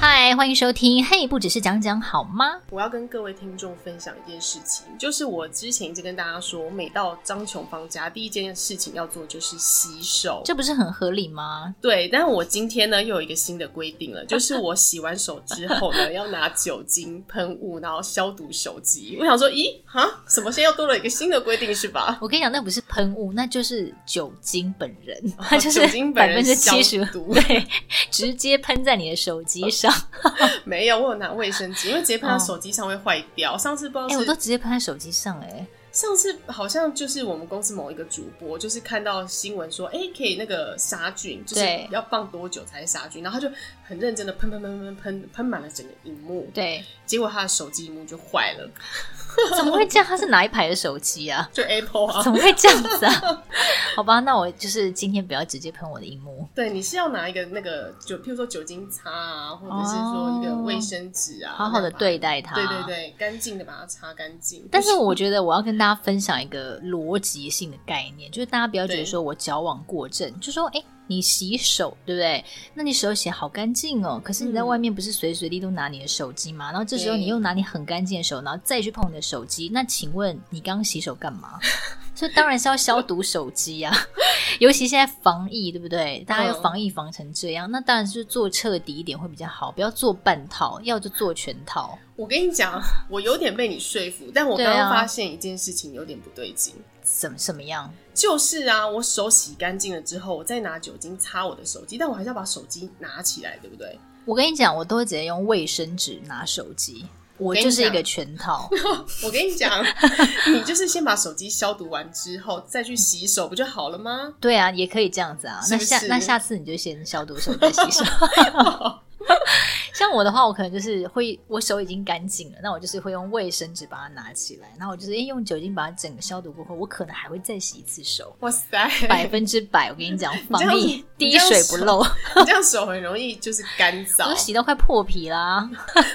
嗨，欢迎收听。嘿，不只是讲讲好吗？我要跟各位听众分享一件事情，就是我之前一直跟大家说，每到张琼芳家，第一件事情要做就是洗手。这不是很合理吗？对，但是我今天呢又有一个新的规定了，就是我洗完手之后呢，要拿酒精喷雾，然后消毒手机。我想说，咦，哈，什么？现在又多了一个新的规定是吧？我跟你讲，那不是喷雾，那就是酒精本人，它就是哦酒精百本分之人七十消，毒哦对，直接喷在你的手机上。没有，我有拿卫生纸，因为直接喷到哦手机上会坏掉。上次不知道哎、哦是我都直接喷在手机上、哎，上次好像就是我们公司某一个主播，就是看到新闻说，哎、可以那个杀菌，就是对要放多久才杀菌，然后他就很认真的喷喷喷喷喷喷满了整个荧幕，对，结果他的手机荧幕就坏了，怎么会这样？它是哪一排的手机啊？就 Apple 啊怎，么会这样子啊？ 好吧，那我就是今天不要直接喷我的荧幕。对，你是要拿一个那个酒，譬如说酒精擦啊，或者是说一个卫生纸啊，哦好好的然后把它对待它 对对对，干净的把它擦干净。但是我觉得我要跟大家分享一个逻辑性的概念，就是大家不要觉得说我矫枉过正，就说哎、诶你洗手对不对？那你手洗好干净哦，可是你在嗯外面不是随时随地都拿你的手机吗？然后这时候对你又拿你很干净的手，然后再去碰你的手机，那请问你刚刚洗手干嘛？ 所以当然是要消毒手机啊， 尤其现在防疫，对不对？大家要嗯防疫防成这样，那当然是做彻底一点会比较好，不要做半套，要就做全套。我跟你讲，我有点被你说服，但我刚对刚啊发现一件事情有点不对劲。怎么怎么样？就是啊，我手洗干净了之后，我再拿酒精擦我的手机，但我还是要把手机拿起来，对 不对？我跟你讲，我都会直接用卫生纸拿手机，我跟你就是一讲个全套。我跟 你讲，你就是先把手机消毒完之后，再去洗手不就好 了吗？对啊，也可以这样子啊。是不那下是那下次你就先消毒手再洗手。 像我的话，我可能就是会，我手已经干净了，那我就是会用卫生纸把它拿起来，然后我就是、诶用酒精把它整个消毒过后，我可能还会再洗一次手，哇塞，百分之百。我跟你讲，这样防疫子滴 你这样水不漏， 你这样手很容易就是干我 都燥。洗到快破皮啦。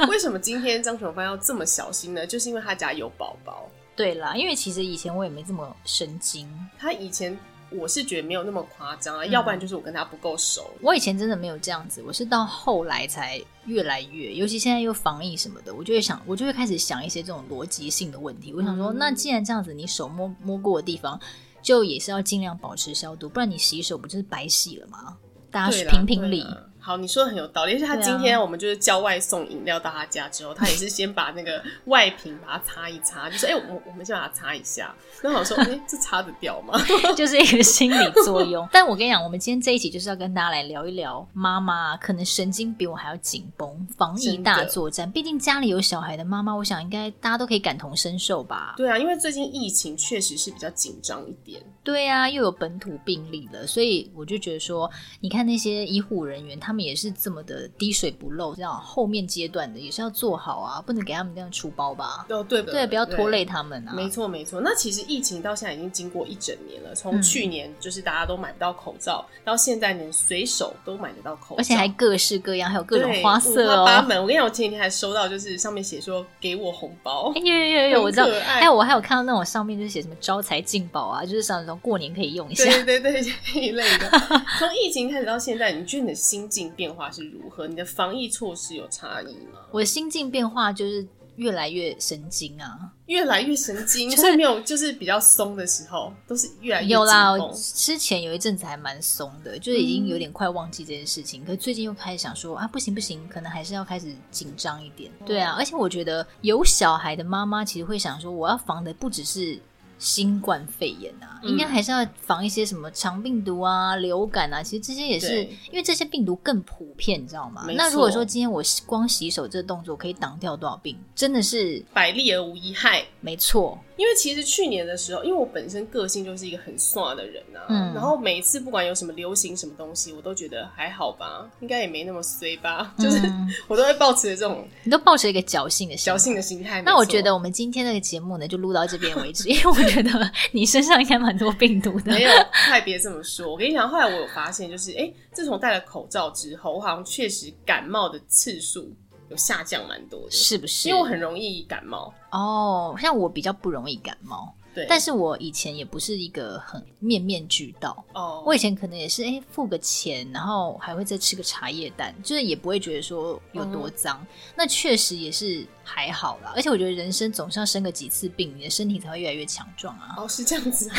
为什么今天张琼芳要这么小心呢？就是因为她家有宝宝，对啦，因为其实以前我也没这么神经，她以前。我是觉得没有那么夸张啊，嗯要不然就是我跟她不够熟。我以前真的没有这样子，我是到后来才越来越，尤其现在又防疫什么的，我就会想，我就会开始想一些这种逻辑性的问题。我想说，嗯那既然这样子，你手摸摸过的地方，就也是要尽量保持消毒，不然你洗手不就是白洗了吗？大对家啦评评理对，啦好，你说的很有道理。而且他对啊今天我们就是叫外送饮料到他家之后，他也是先把那个外瓶把它擦一擦，就说：“哎、我我们先把它擦一下。”然后我说：“ 哎、这擦得掉吗就是一个心理作用。 但我跟你讲，我们今天这一集就是要跟大家来聊一聊妈妈，啊可能神经比我还要紧绷，防疫真的大作战。毕竟家里有小孩的妈妈，我想应该大家都可以感同身受吧？”。对啊，因为最近疫情确实是比较紧张一点。对啊，又有本土病例了，所以我就觉得说，你看那些医护人员，他们也是这么的滴水不漏，这样后面阶段的也是要做好啊，不能给他们这样出包吧？哦，对的对，不要拖累。他们啊。没错，没错。那其实疫情到现在已经经过一整年了，从嗯去年就是大家都买不到口罩，到现在连随手都买得到口罩，而且还各式各样，还有各种对花五色花八哦。门。我跟你讲，我前几天还收到，就是上面写说“给我红包”，哎呦呦呦呦，我知道很可。爱还有我还有看到那种上面就是写什么招财进宝啊，就是想说过年可以用一下。对对对， 这一类 的。从疫情开始到现在，你觉得你的心境变化是如何？你的防疫措施有差异吗？我的心境变化就是越来越神经啊。越来越神经，就是所以没有就是比较松的时候，都是越来越有啦，紧我绷嗯之前有一阵子还蛮松的，就是已经有点快忘记这件事情。可最近又开始想说啊，不行不行，可能还是要开始紧张一点。对哦啊，而且我觉得有小孩的妈妈其实会想说，我要防的不只是。新冠肺炎啊，嗯应该还是要防一些什么肠病毒啊、流感啊。其实这些也是对因为这些病毒更普遍，你知道吗没？错那如果说今天我光洗手这动作可以挡掉多少病，真的是百利而无一害。没错。因为其实去年的时候，因为我本身个性就是一个很刷的人啊，嗯然后每一次不管有什么流行什么东西，我都觉得还好吧，应该也没那么衰吧，就是嗯我都会抱持着这种你都抱着一个侥幸的心侥态幸的心态。那没我错觉得我们今天这个节目呢，就录到这边为止，因 为我觉得你身上应该蛮多病毒的没。有，快别这么说。我跟你讲，后来我有发现，就是哎、诶自从戴了口罩之后，我好像确实感冒的次数有下降蛮多 的，是不是？因为我很容易感冒。哦，像我比较不容易感冒，对，但是我以前也不是一个很面面俱到，哦，我以前可能也是哎付个钱，然后还会再吃个茶叶蛋，就是也不会觉得说有嗯多脏。那确实也是还好啦，而且我觉得人生总是要生个几次病，你的身体才会越来越强壮 啊。哦是这样子啊，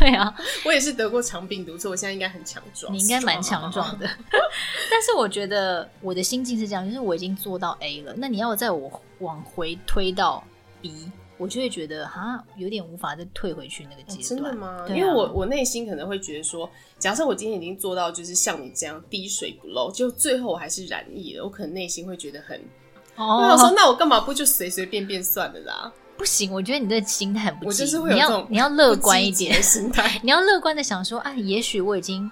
对啊，我也是得过肠病毒，所以我现在应该很强壮。你应该蛮强壮的。 但是我觉得我的心境是这样，就是我已经做到 A 了，那你要我再我往回推到 B，我就会觉得哈有点无法再退回去那个哦阶真的段。吗？对啊因为我我内心可能会觉得说，假设我今天已经做到就是像你这样滴水不漏，就最后我还是染疫了，我可能内心会觉得很，我想说哦，那我干嘛不就随随便便算了啦？不行，我觉得你的心态很不我就积是极会有你这要种你要乐观不一积极点的，心态。你要乐观的想说啊，也许我已经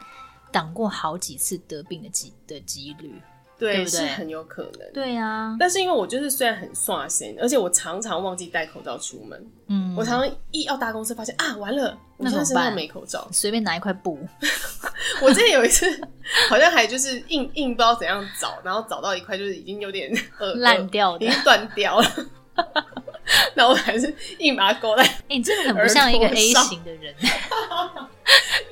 挡过好几次得病的几的几率。对，对不对是很有可能。对啊，但是因为我就是虽然很刷新，而且我常常忘记戴口罩出门，嗯，我常常一要搭公司发现啊，完了，我那怎么现在身上办没口罩。随便拿一块布，我之前有一次好像还就是硬硬不知道怎样找，然后找到一块就是已经有点呃烂掉的已经断掉了。然后我还是硬把它勾在哎、你真的很不像一个耳朵 A 上型的人。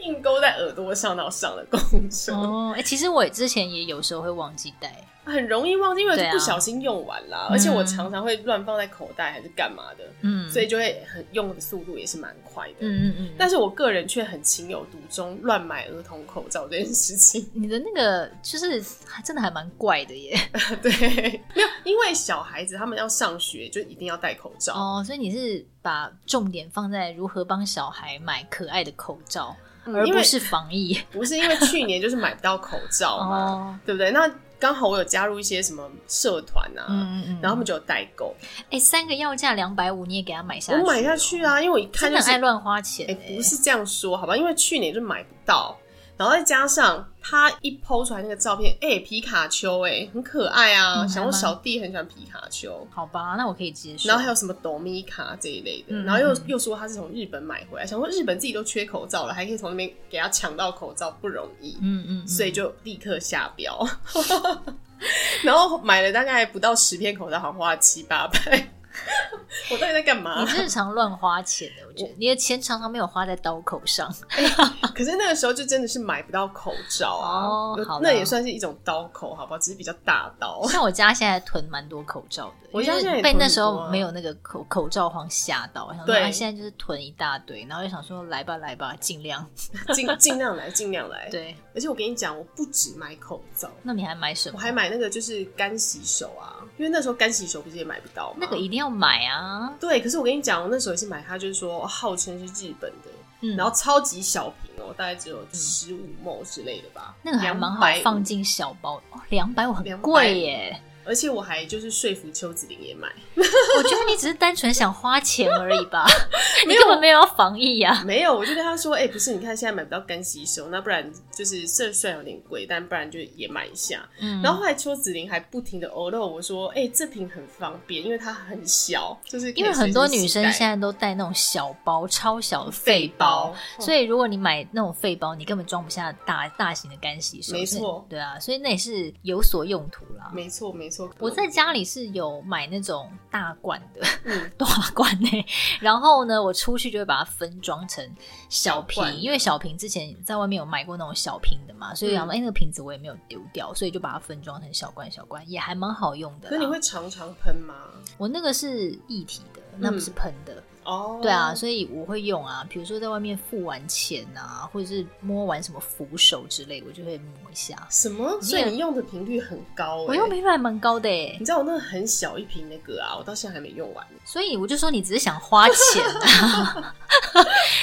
硬勾在耳朵上，然后上了公车，哦，哎、其实我之前也有时候会忘记带，很容易忘记，因为就对啊不小心用完啦。嗯而且我常常会乱放在口袋还是干嘛的，嗯，所以就会很用的速度也是蛮快的。嗯嗯嗯，但是我个人却很情有独钟，乱买儿童口罩这件事情。 你的那个就是还真的还蛮怪的耶。对，没有，因为小孩子他们要上学，就一定要戴口罩。 哦，所以你是把重点放在如何帮小孩买可爱的口罩，嗯而因不为是防 疫。不是因为去年就是买不到口罩嘛，哦，对不对？那刚好我有加入一些什么社团啊。嗯嗯嗯，然后他们就有代购，哎、三个要价两百五，你也给他买下我去？买下去啊，因为我一看真就的是很，爱乱花钱、哎、欸不是这样说，好吧？因为去年就买不到，然后再加上他一剖出来那个照片，哎、皮卡丘、哎，很可爱啊。嗯想还我蛮小弟很喜欢皮卡丘，好吧，那我可以接受。然后还有什么斗米卡这一类的，嗯然后又嗯又说他是从日本买回来，想说日本自己都缺口罩了，还可以从那边给他抢到口罩不容易，嗯嗯，嗯所以就立刻下标， 然后买了大概不到十片口罩，好像花了七八百。 我到底在干 嘛你？日常乱花钱的，我觉得你的钱常常没有花在刀口上。可是那个时候就真的是买不到口罩啊，哦有好啦那也算是一种刀口，好不好？只是比较大 刀。像我家现在囤蛮多口罩的，哦我因家为现在也被囤那很时多候啊没有那个口口罩荒吓到，我想说对啊，现在就是囤一大堆，然后就想说来吧来吧，尽量。尽尽量来，尽量来。对，而且我跟你讲，我不止买口罩，那你还买什我么？还买那个就是干洗手啊，因为那时候干洗手不是也买不到吗？那个一定要买啊！对，可是我跟你讲，我那时候也是买它，就是说哦号称是日本的，嗯，然后超级小瓶哦，大概只有十五毛之类的吧，嗯那个还蛮好250放。进小包，哦两百五很250贵耶。而且我还就是说服邱子玲也买，我觉得你只是单纯想花钱而已 吧，你没有根本没有要防疫啊呀、没有，我就跟他说，哎、不是，你看现在买不到干洗手，那不然就是这虽然有点贵，但不然就也买一下。嗯，然后后来邱子玲还不停的欧露我说，哎、这瓶很方便，因为它很小，就是可以因为很多随身女生携带现在都带那种小包、超小的废费包包，所以如果你买那种费包，你根本装不下大大型的干洗手。没错所以对啊，所以那也是有所用途啦。没错没错，啊我在家里是有买那种大罐的，嗯 大罐呢、然后呢，我出去就会把它分装成小小瓶，罐的因为小瓶之前在外面有买过那种小瓶的嘛，所以嗯想说，哎、那个瓶子我也没有丢掉，所以就把它分装成小罐小罐，也还蛮好用的啦。可是你会常常喷吗？我那个是液体的，那嗯不是喷的。哦，对啊，所以我会用啊，比如说在外面付完钱啊，或者是摸完什么扶手之类，我就会摸一下。什么？所以你用的频率很高、欸，我用频率还蛮高的诶你，知道我那个很小一瓶那个啊，我到现在还没用完。所以我就说你只是想花钱 啊，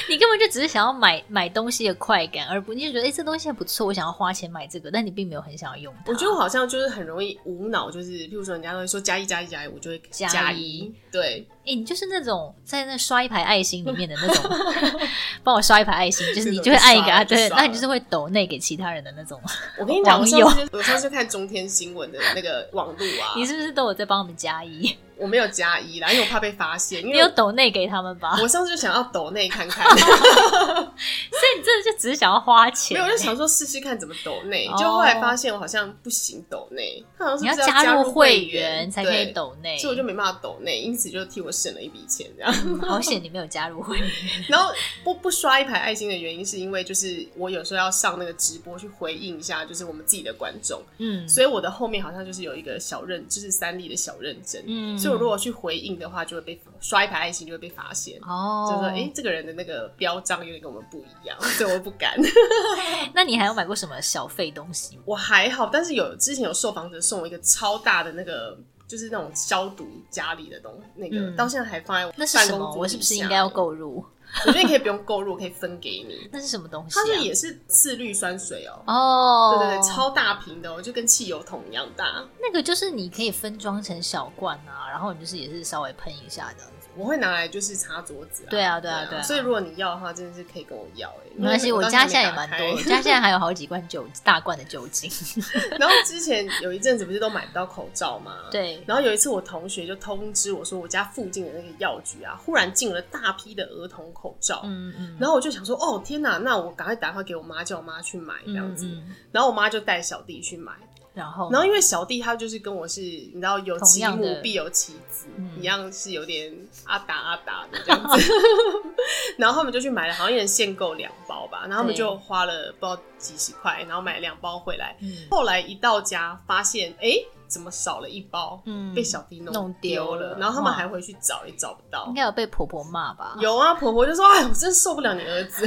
你根本就只是想要买买东西的快感，而不你就觉得哎、诶这东西还不错，我想要花钱买这个，但你并没有很想要用它。我觉得我好像就是很容易无脑，就是譬如说人家都会说加一加一加一，我就会加一一。对，哎、你就是那种在那刷一排爱心里面的那 种，帮我刷一排爱心，就是你就会按一个啊，这种就对，刷了那你就是会抖内给其他人的那种。我跟你讲，我网上友次就我上次就看中天新闻的那个网路啊，你是不是都有在帮我们加一？我没有加一啦，因为我怕被发现，因你有为抖内给他们吧？我上次就想要抖内 看看。所 以你真的就只是想要花钱欸、没有，我就想说试试看怎么抖内，哦就后来发现我好像不行抖内，他好像是你不要是加入会员才可以对，抖内，所以我就没办法抖内，因此就替我省了一笔钱这样。 嗯 好险你没有加入会员。然后不不刷一排爱心的原因是因为就是我有时候要上那个直播去回应一下，就是我们自己的观众，嗯，所以我的后面好像就是有一个小认，就是三立的小认真，嗯所以我如果去回应的话，就会被刷一排爱心就会被发现。哦，就说，哎、这个人的那个标章有点跟我们不一样，所以我不敢。那你还有买过什么小费东西吗？我还好，但是有之前有受访者送我一个超大的那个，就是那种消毒家里的东西，那个、嗯到现在还放在那是办什公么？桌我是不是底应下该要？购入？我觉得你可以不用购入，我可以分给 你。那是什么东西、它啊？是也是次氯酸水哦、哦，对对对，超大瓶的、哦，就跟汽油桶一样大。那个就是你可以分装成小罐啊，然后你就是也是稍微喷一下这样子。我会拿来就是擦桌子、啊。对啊对啊对啊所以如果你要的话，真的是可以跟我要、哎，没关系，因为我到家现现在也没蛮打多开的，我家现在还有好几罐酒，大罐的酒精。 然后之前有一阵子不是都买不到口罩吗？。对， 然后有一次，我同学就通知我说，我家附近的那个药局啊，忽然进了大批的儿童口罩。嗯嗯，然后我就想说，哦天哪，那我赶快打电话给我妈，叫我妈去买这样子。嗯嗯然后我妈就带小弟去买。然后然后因为小弟他就是跟我是，你知道有同其样的母必有其子，嗯一样是有点阿达阿达的这样 子。 然后他们就去买了，好像一人限购两包吧，然后他们对就花了不知道几十块，然后买了两包回来。嗯后来一到家，发现哎、诶怎么少了一包？嗯被小弟弄弄丢了。了然后他们哇还回去找，也找不到应。该有被婆婆骂吧？有啊，婆婆就说：“哎，我真受不了你儿子。”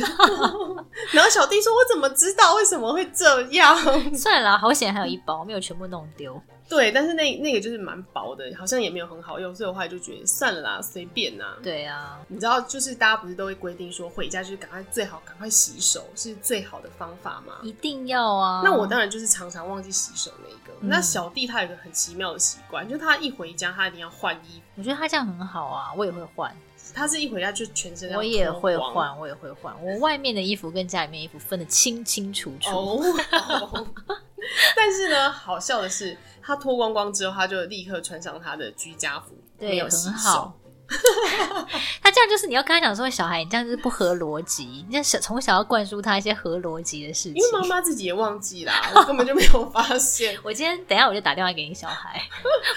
然后小弟说：“我怎么知道为什么会这样 算了啦，好险还有一包没有全部弄丢。？”对，但是那那个就是蛮薄的，好像也没有很好用，所以我后来就觉得算了啦，随便啦。对啊，你知道，就是大家不是都会规定说回家就是赶快最好赶快洗手是最好的方法吗？一定要啊。那我当然就是常常忘记洗手那一个。嗯那小弟他有一个很奇妙的习惯，就是他一回家他一定要换衣服，我觉得他这样很好啊，我也会换，他是一回家就全身要我也会脱光换，我也会换。我外面的衣服跟家里面衣服分得清清楚楚。哦。哦 但是呢，好笑的是，他脱光光之后，他就立刻穿上他的居家服，没对，有洗很手好。。 他这样就是你要跟他讲说，小孩你这样就是不合逻辑，你这小从小要灌输他一些合逻辑的事情因为。妈妈自己也忘记啦， 我根本就没有发现。我今天等一下我就打电话给你小 孩，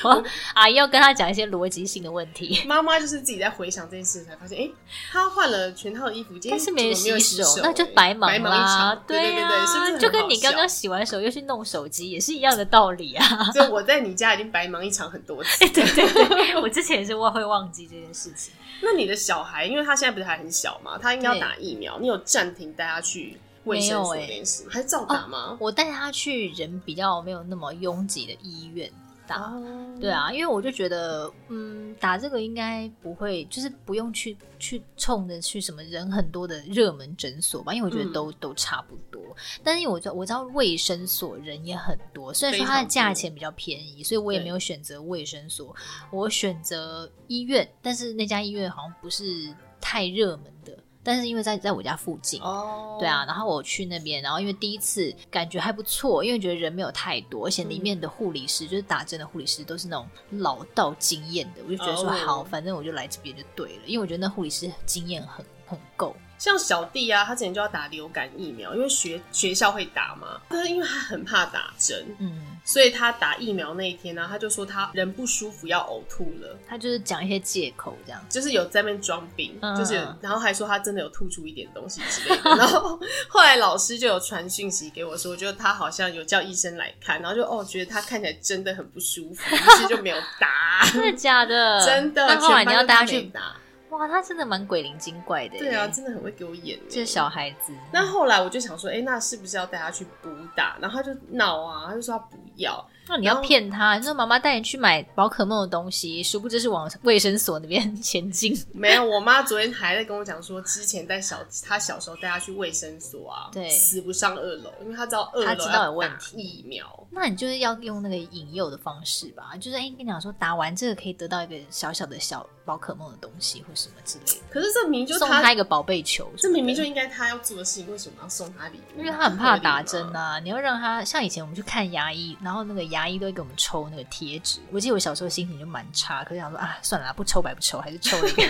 我阿姨要跟他讲一些逻辑性的问题，妈妈就是自己在回想这件事，才发现，哎、她换了全套的衣服，今天但是哎没有有没有洗手，那就诶白忙白忙一啦场。。对对对，啊，是不是很就跟你好笑刚刚洗完手又去弄手机也是一样的道理啊。 就我在你家已经白忙一场很多次。哎对对 对，我之前也是忘会忘记这件事情。 那你的小孩，因为他现在不是还很小嘛，他应该要打疫苗，你有暂停带他去卫生所没有欸这哦件事，还照打吗？我带他去人比较没有那么拥挤的医院打，哦对，啊，因为我就觉得，嗯，打这个应该不会，就是不用去去冲着去什么人很多的热门诊所吧，因为我觉得嗯都、都差不多。但是因为我知道我知道卫生所人也很多，虽然说非它常的价多钱比较便宜，所以我也对没有选择卫生所，我选择医院，但是那家医院好像不是太热门的，但是因为在在我家附近，哦，对啊，，然后我去那边，然后因为第一次感觉还不错，因为觉得人没有太多，而且里面的护理师、就是打针的护理师都是那种老到经验的，我就觉得说、哦好，反正我就来这边就对了，因为我觉得那护理师经验很很够。像小弟啊，他之前就要打流感疫苗，因为学学校会打嘛，但是因为他很怕打针。嗯，所以他打疫苗那一天呢、他就说他人不舒服要呕吐了，他就是讲一些借口这样。就是有在那边装病，嗯就是有嗯然后还说他真的有吐出一点东西之类的。然后后来老师就有传讯息给我说，就他好像有叫医生来看，然后就哦觉得他看起来真的很不舒服，于是就没有 。打真的假的？ 真的，但嗯后来全班你要都带他没去，打，哇，他真的蛮鬼灵精怪的耶。对啊，真的很会给我演耶。这小孩子。那后来我就想说，哎、那是不是要带他去补打？然后他就闹啊，他就说他不要。那你要骗他，你说妈妈带你去买宝可梦的东西，殊不知是往卫生所那边 前进。没有，我妈昨天还在跟我讲说，之前带小她小时候带她去卫生所啊，对死不上二楼，因为她知道二她楼知道要有问打疫苗。那你就是要用那个引诱的方式吧，就是哎、诶跟你讲说打完这个可以得到一个小小的小宝可梦的东西或什么之类的，可是这明明就送她，他一个宝贝球什么的，这明明就应该她要做的事情，为什么要送她礼物？因为他很怕打针啊。啊，你要让他像以前我们去看牙医，然后那个牙医都会给我们抽那个贴纸。我记得我小时候心情就蛮差，可是想说啊，算了啦，不抽白不抽，还是抽 一个。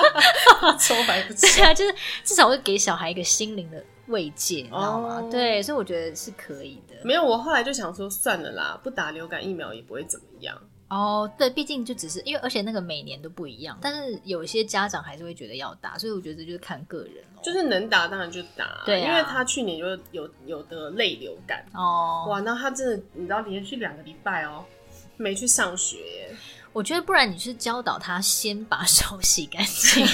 抽白不抽对啊，就是至少会给小孩一个心灵的慰藉，你知道吗哦对，所以我觉得是可以的。没有，我后来就想说，算了啦，不打流感疫苗也不会怎么样。哦，对，毕竟就只是因为，而且那个每年都不一样，但是有些家长还是会觉得要打，所以我觉得这就是看个人哦。就是能打当然就打，对啊因为他去年就有有得类流感，哦，哇，那他真的你知道连续两个礼拜哦没去上学耶，我觉得不然你是教导他先把手洗干净，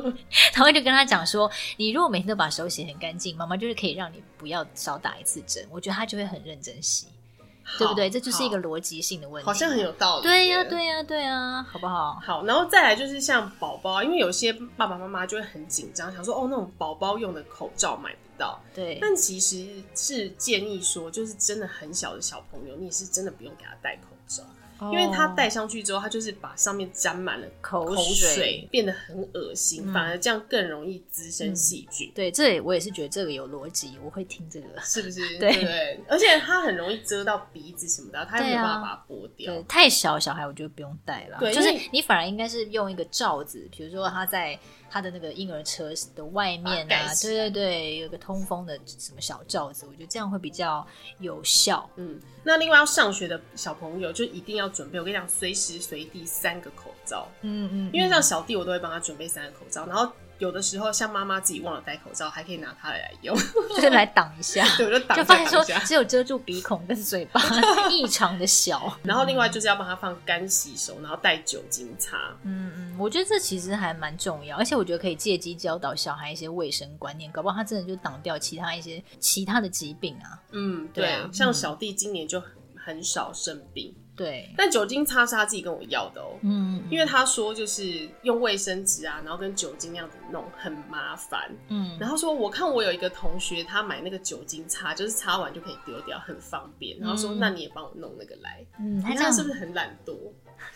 然后就跟他讲说，你如果每天都把手洗很干净，妈妈就是可以让你不要少打一次针，我觉得他就会很认真洗，对不对？好这就是一个逻辑性的问好题，好像很有道理。对呀、。对呀、对呀、好不好？好，然后再来就是像宝宝，因为有些爸爸妈妈就会很紧张，想说哦那种宝宝用的口罩买不到，对，但其实是建议说，就是真的很小的小朋友，你是真的不用给他戴口罩。因为它哦戴上去之后，它就是把上面沾满了口口水变得很恶心，嗯反而这样更容易滋生细菌，对，这也我也是觉得这个有逻辑，我会听这个。是不是？对对不对，而且它很容易遮到鼻子什么的，它也没对啊有办法把它剥掉。对，太小小孩我觉得不用带了，对就是因为你反而应该是用一个罩子，比如说他在他的那个婴儿车的外面把它啊盖，起对对对，有个通风的什么小罩子，我觉得这样会比较有效。嗯，那另外要上学的小朋友就一定要准备，我跟你讲，随时随地三个口罩，嗯嗯，因为嗯像小弟我都会帮他准备三个口罩，然后有的时候像妈妈自己忘了戴口罩，还可以拿它来 用，就是来挡一下，对，我 就挡就着发现挡说一下。只有遮住鼻孔跟嘴巴， 异常的小。嗯然后另外就是要帮他放干洗手，然后带酒精擦。嗯嗯，我觉得这其实还蛮重要，而且我觉得可以借机教导小孩一些卫生观念，搞不好他真的就挡掉其他一些其他的疾病啊。嗯，对对啊像小弟今年就很很少生病，对，但酒精擦是他自己跟我要的哦，嗯，嗯因为他说就是用卫生纸啊，然后跟酒精那样子弄很麻烦。嗯然后说我看我有一个同学他买那个酒精擦，就是擦完就可以丢掉，很方便。然后说、嗯那你也帮我弄那个来，嗯，他你这看样是不是很懒惰？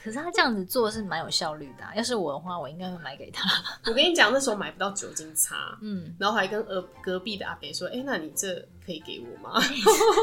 可是他这样子做是蛮有效率的啊、要是我的话，我应该会买给 他。我跟你讲，那时候买不到酒精擦。嗯，然后还跟隔隔壁的阿北说：“哎、那你这可以给我吗？”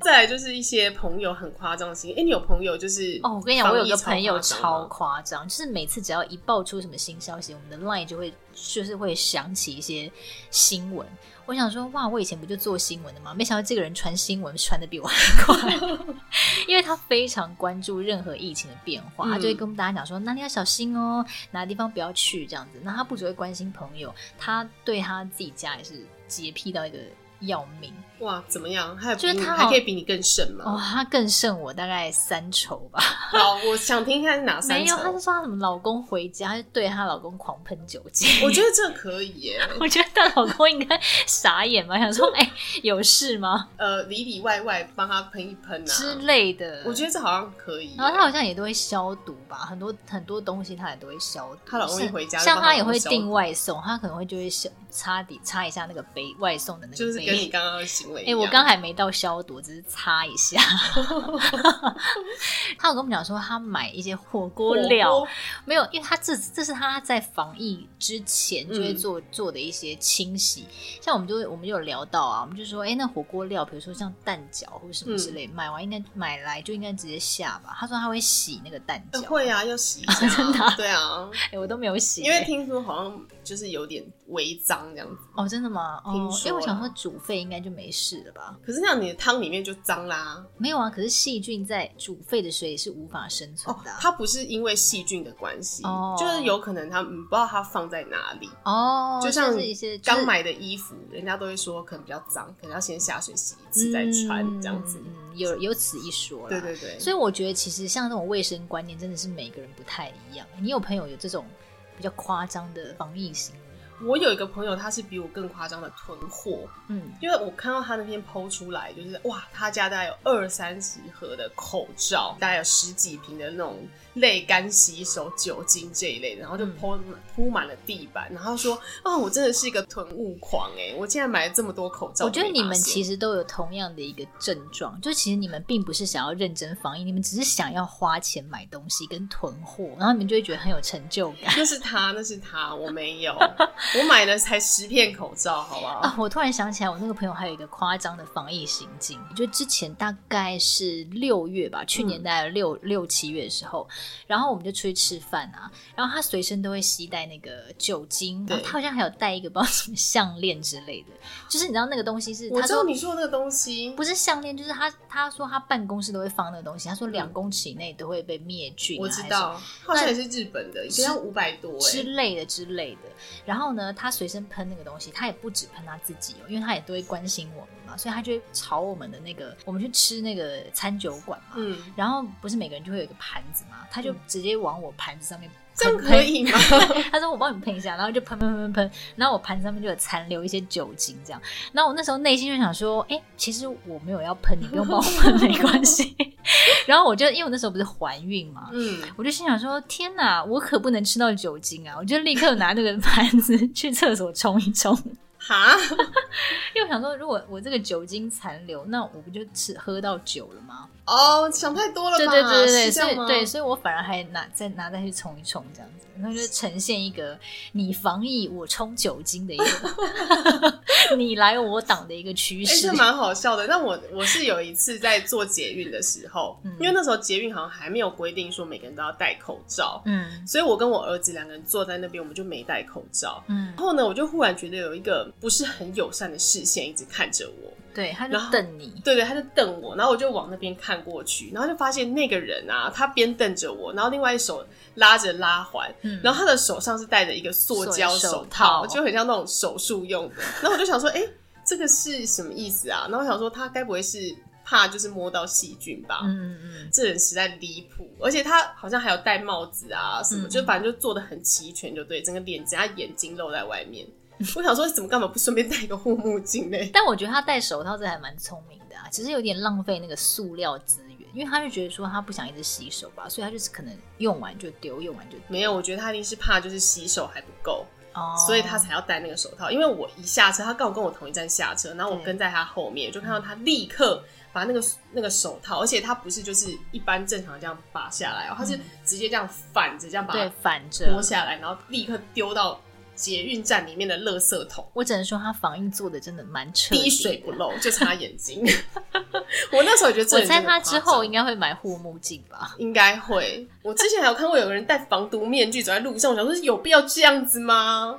再来就是一些朋友很夸张的行为。哎、你有朋友就是哦，我跟你讲，我有防疫个朋友夸张超吗夸张，就是每次只要一爆出什么新消息，我们的 LINE 就会就是会想起一些新闻。我想说，哇，我以前不就做新闻的吗？没想到这个人传新闻传的比我还快， 因为他非常关注任何疫情的变化，他就会嗯跟大家讲说哪里要小心哦，哪个地方不要去这样子。那他不只会关心朋友，他对他自己家也是洁癖到一个要命。哇，怎么样？还有比就是你他还好可以比你更甚哦吗？，她更胜我大概三筹吧。好，我想听看是哪 三没有，她层是。说她什么老公回家，她就对她老公狂喷酒精。我觉得这可以耶， 我觉得她老公应该傻眼吧，想说哎、有事 吗呃，里里外外帮他喷一喷之啊。类的。我觉得这好像可以啊耶。然后她好像也都会消毒吧，很多很多东西她也都会消毒。她老公一回家像就像帮她她也会消毒订外送，她可能会就会消擦底擦一下那个杯外送的那个杯。就是跟你刚刚的行为一哎、样。我刚还没到消毒，只是擦一 下。她有跟我们讲说，她买一些火锅料，火锅没有，因为他这这是他在防疫之前就会嗯做、做的一些清洗，像我们就会我们就有聊到啊，我们就说，哎、那火锅料，比如说像蛋饺或者什么之嗯类，买完应该买来就应该直接下吧。他说他会洗那个蛋呃饺，会啊，要洗一下。 真的啊对啊，哎、我都没有洗、因为哎听说好像就是有点违章这样子，哦，真的吗？哦听，说啊因为我想说啦煮沸应该就没事了吧？可是那样你的汤里面就脏啦。没有啊，可是细菌在煮沸的水也是无法生存哦的，啊、它不是因为细菌的关系哦，就是有可能它嗯不知道它放在哪里。哦，就像是一些就是嗯刚买的衣服，人家都会说可能比较脏，可能要先下水洗一次再穿这样子。嗯，嗯有有此一说啦。对对对，所以我觉得，其实像这种卫生观念，真的是每个人不太一样。你有朋友有这种比较夸张的防疫行为？我有一个朋友，他是比我更夸张的囤货，嗯，因为我看到他那篇剖出来，就是哇，他家大概有二三十盒的口罩，大概有十几瓶的那种类干洗手、酒精这一类的，然后就嗯铺铺满了地板，然后说啊、我真的是一个囤物狂哎、我竟然买了这么多口罩。我觉得你们其实实都有同样的一个症状，就其实你们并不是想要认真防疫，你们只是想要花钱买东西跟囤货，然后你们就会觉得很有成就感。那是他，那是他，我没有，我买了才十片口罩，好不好？啊，我突然想起来，我那个朋友还有一个夸张的防疫行径，就之前大概是六月吧，去嗯年大概六、六七月的时候，然后我们就出去吃饭啊，然后他随身都会携带那个酒精，然后对他好像还有带一个不 知道什么项链之类的，就是你知道那个东西是，我他知道说你说的那个东西，不是项链，就是他他说他办公室都会放那个东西，他说两公尺以内都会被灭菌、啊，嗯我知还是道，好像也是日本的，一个要五百多之哎、类的之类的。然后呢，他随身喷那个东西，他也不止喷他自己哦，因为他也都会关心我们嘛，所以他就会朝我们的那个，我们去吃那个餐酒馆嘛。嗯，然后不是每个人就会有一个盘子嘛，他就直接往我盘子上面这样喷可以吗？ 喷。他说我帮你喷一下，然后就喷喷喷喷喷，然后我盘子上面就有残留一些酒精这样。然后我那时候内心就想说，哎、其实我没有要喷，你不用帮我 喷，没关系。 然后我就因为我那时候不是怀孕嘛，嗯，我就心想说：“天哪，我可不能吃到酒精啊！”我就立刻拿那个 盘子去厕所冲一冲，哈，因为我想说，如果我这个酒精残留，那我不就吃喝到酒了吗？哦，想太多了吧？对对对对对，是这所样以吗对，所以我反而还拿再拿再去冲一冲，这样子，然后就呈现一个你防疫我冲酒精的一个 你来我挡的一个趋哎、势这。蛮好笑的。但我我是有一次在做捷运的时候，嗯因为那时候捷运好像还没有规定说每个人都要戴口罩，嗯所以我跟我儿子两个人坐在那边，我们就没戴口罩。嗯，然后呢，我就忽然觉得有一个不是很友善的视线一直看着我，对，他就然后瞪你，对对，他就瞪我，然后我就往那边看过去，然后就发现那个人啊，他边瞪着我，然后另外一手拉着拉环，嗯然后他的手上是戴着一个塑胶手塑胶手套，套就很像那种手术用的。然后我就想说，哎、这个是什么意思啊？然后我想说，他该不会是怕就是摸到细菌吧？嗯嗯这人实在离谱，而且他好像还有戴帽子啊什么，嗯就反正就做的很齐全，就对，整个脸颊眼睛露在外面。我想说，怎么干嘛不顺便戴一个护目镜呢？但我觉得他戴手套这还蛮聪明的啊，只是有点浪费那个塑料资源，因为他就觉得说他不想一直洗手吧，所以他就是可能用完就丢，用完就丢，没有，我觉得他一定是怕就是洗手还不够，哦所以他才要戴那个手套。因为我一下车，他刚好跟我同一站下车，然后我对嗯跟在他后面，就看到他立刻把那个那个手套，而且他不是就是一般正常这样拔下来、哦，他是直接这样反着这样把嗯对它反着脱。下来，然后立刻丢到捷运站里面的垃圾桶。我只能说他防疫做的真的蛮彻底的啊滴水不。漏，就擦眼睛。 我那时候也觉得这我人真猜的他很之夸张，后应该会买护目镜吧？应该会。我之前还有看过有个人戴防毒面具走在路上，我想说有必要这样子吗？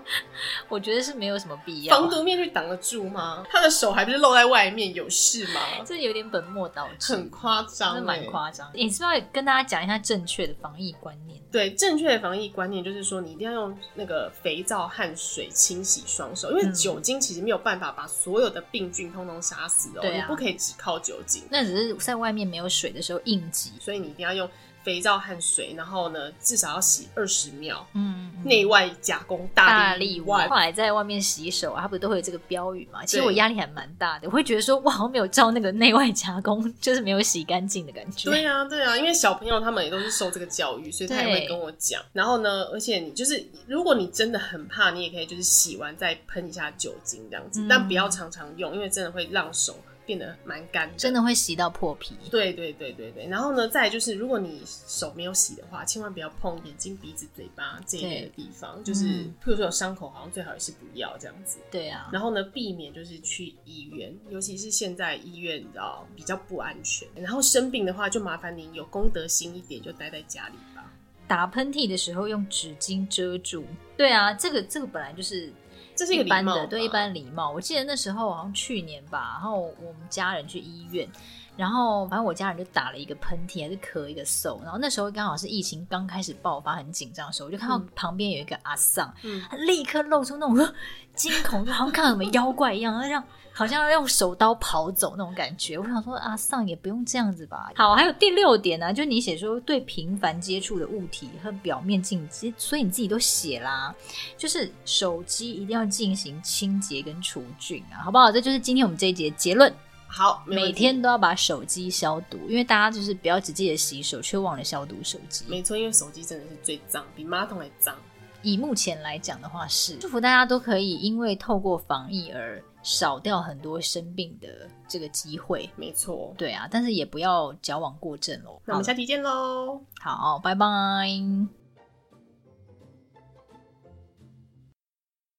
我觉得是没有什么必要啊防，毒面具挡得住吗？他的手还不是露在外面，有事吗？这有点本末倒置，很夸张、欸，真的蛮夸张的。你是不是要跟大家讲一下正确的防疫观念？对，正确的防疫观念就是说，你一定要用那个肥皂和水清洗双手，因为嗯酒精其实没有办法把所有的病菌通通杀死哦，对啊你不可以只靠酒精。那只是在外面没有水的时候应急。所以你一定要用肥皂和水，然后呢，至少要洗二十秒，嗯，嗯嗯内外夹攻大力力丸，后来在外面洗手啊，他不都会有这个标语嘛？其实我压力还蛮大的，我会觉得说，哇，我没有照那个内外夹攻， 就是没有洗干净的感觉。对啊，对啊，因为小朋友他们也都是受这个教育，所以他也对会跟我讲。然后呢，而且你就是，如果你真的很怕，你也可以就是洗完再喷一下酒精这样子，嗯但不要常常用，因为真的会让手变得蛮干的。真的会洗到破皮。对对对对对，然后呢，再来就是，如果你手没有洗的话，千万不要碰眼睛、鼻子、嘴巴这一类的地方，就是嗯譬如说有伤口，好像最好也是不要这样子。对啊，然后呢，避免就是去医院，尤其是现在医院，你知道比较不安全。然后生病的话，就麻烦您有公德心一点，就待在家里吧。打喷嚏的时候用纸巾遮住。对啊，这个这个本来就是这是一个一般礼貌的，吧对一般礼貌。我记得那时候好像去年吧，然后我们家人去医院，然后反正我家人就打了一个喷嚏，还是咳一个嗽。然后那时候刚好是疫情刚开始爆发，很紧张的时候，我就看到嗯旁边有一个阿丧，嗯他立刻露出那种呃惊恐，就好像看到什么妖怪一样，他让好像要用手刀跑走那种感觉。我想说，阿丧也不用这样子吧。好，还有第六点呢、就是你写说对频繁接触的物体和表面进，其实所以你自己都写啦，就是手机一定要进行清洁跟除菌啊，好不好？这就是今天我们这一节结论。好，没问每题天都要把手机消毒，因为大家就是不要只记得洗手，却忘了消毒手机。没错，因为手机真的是最脏，比马桶还脏。以目前来讲的话是，祝福大家都可以因为透过防疫而少掉很多生病的这个机会。没错，对啊，但是也不要矫枉过正喽。那我们下期见喽。好，拜拜。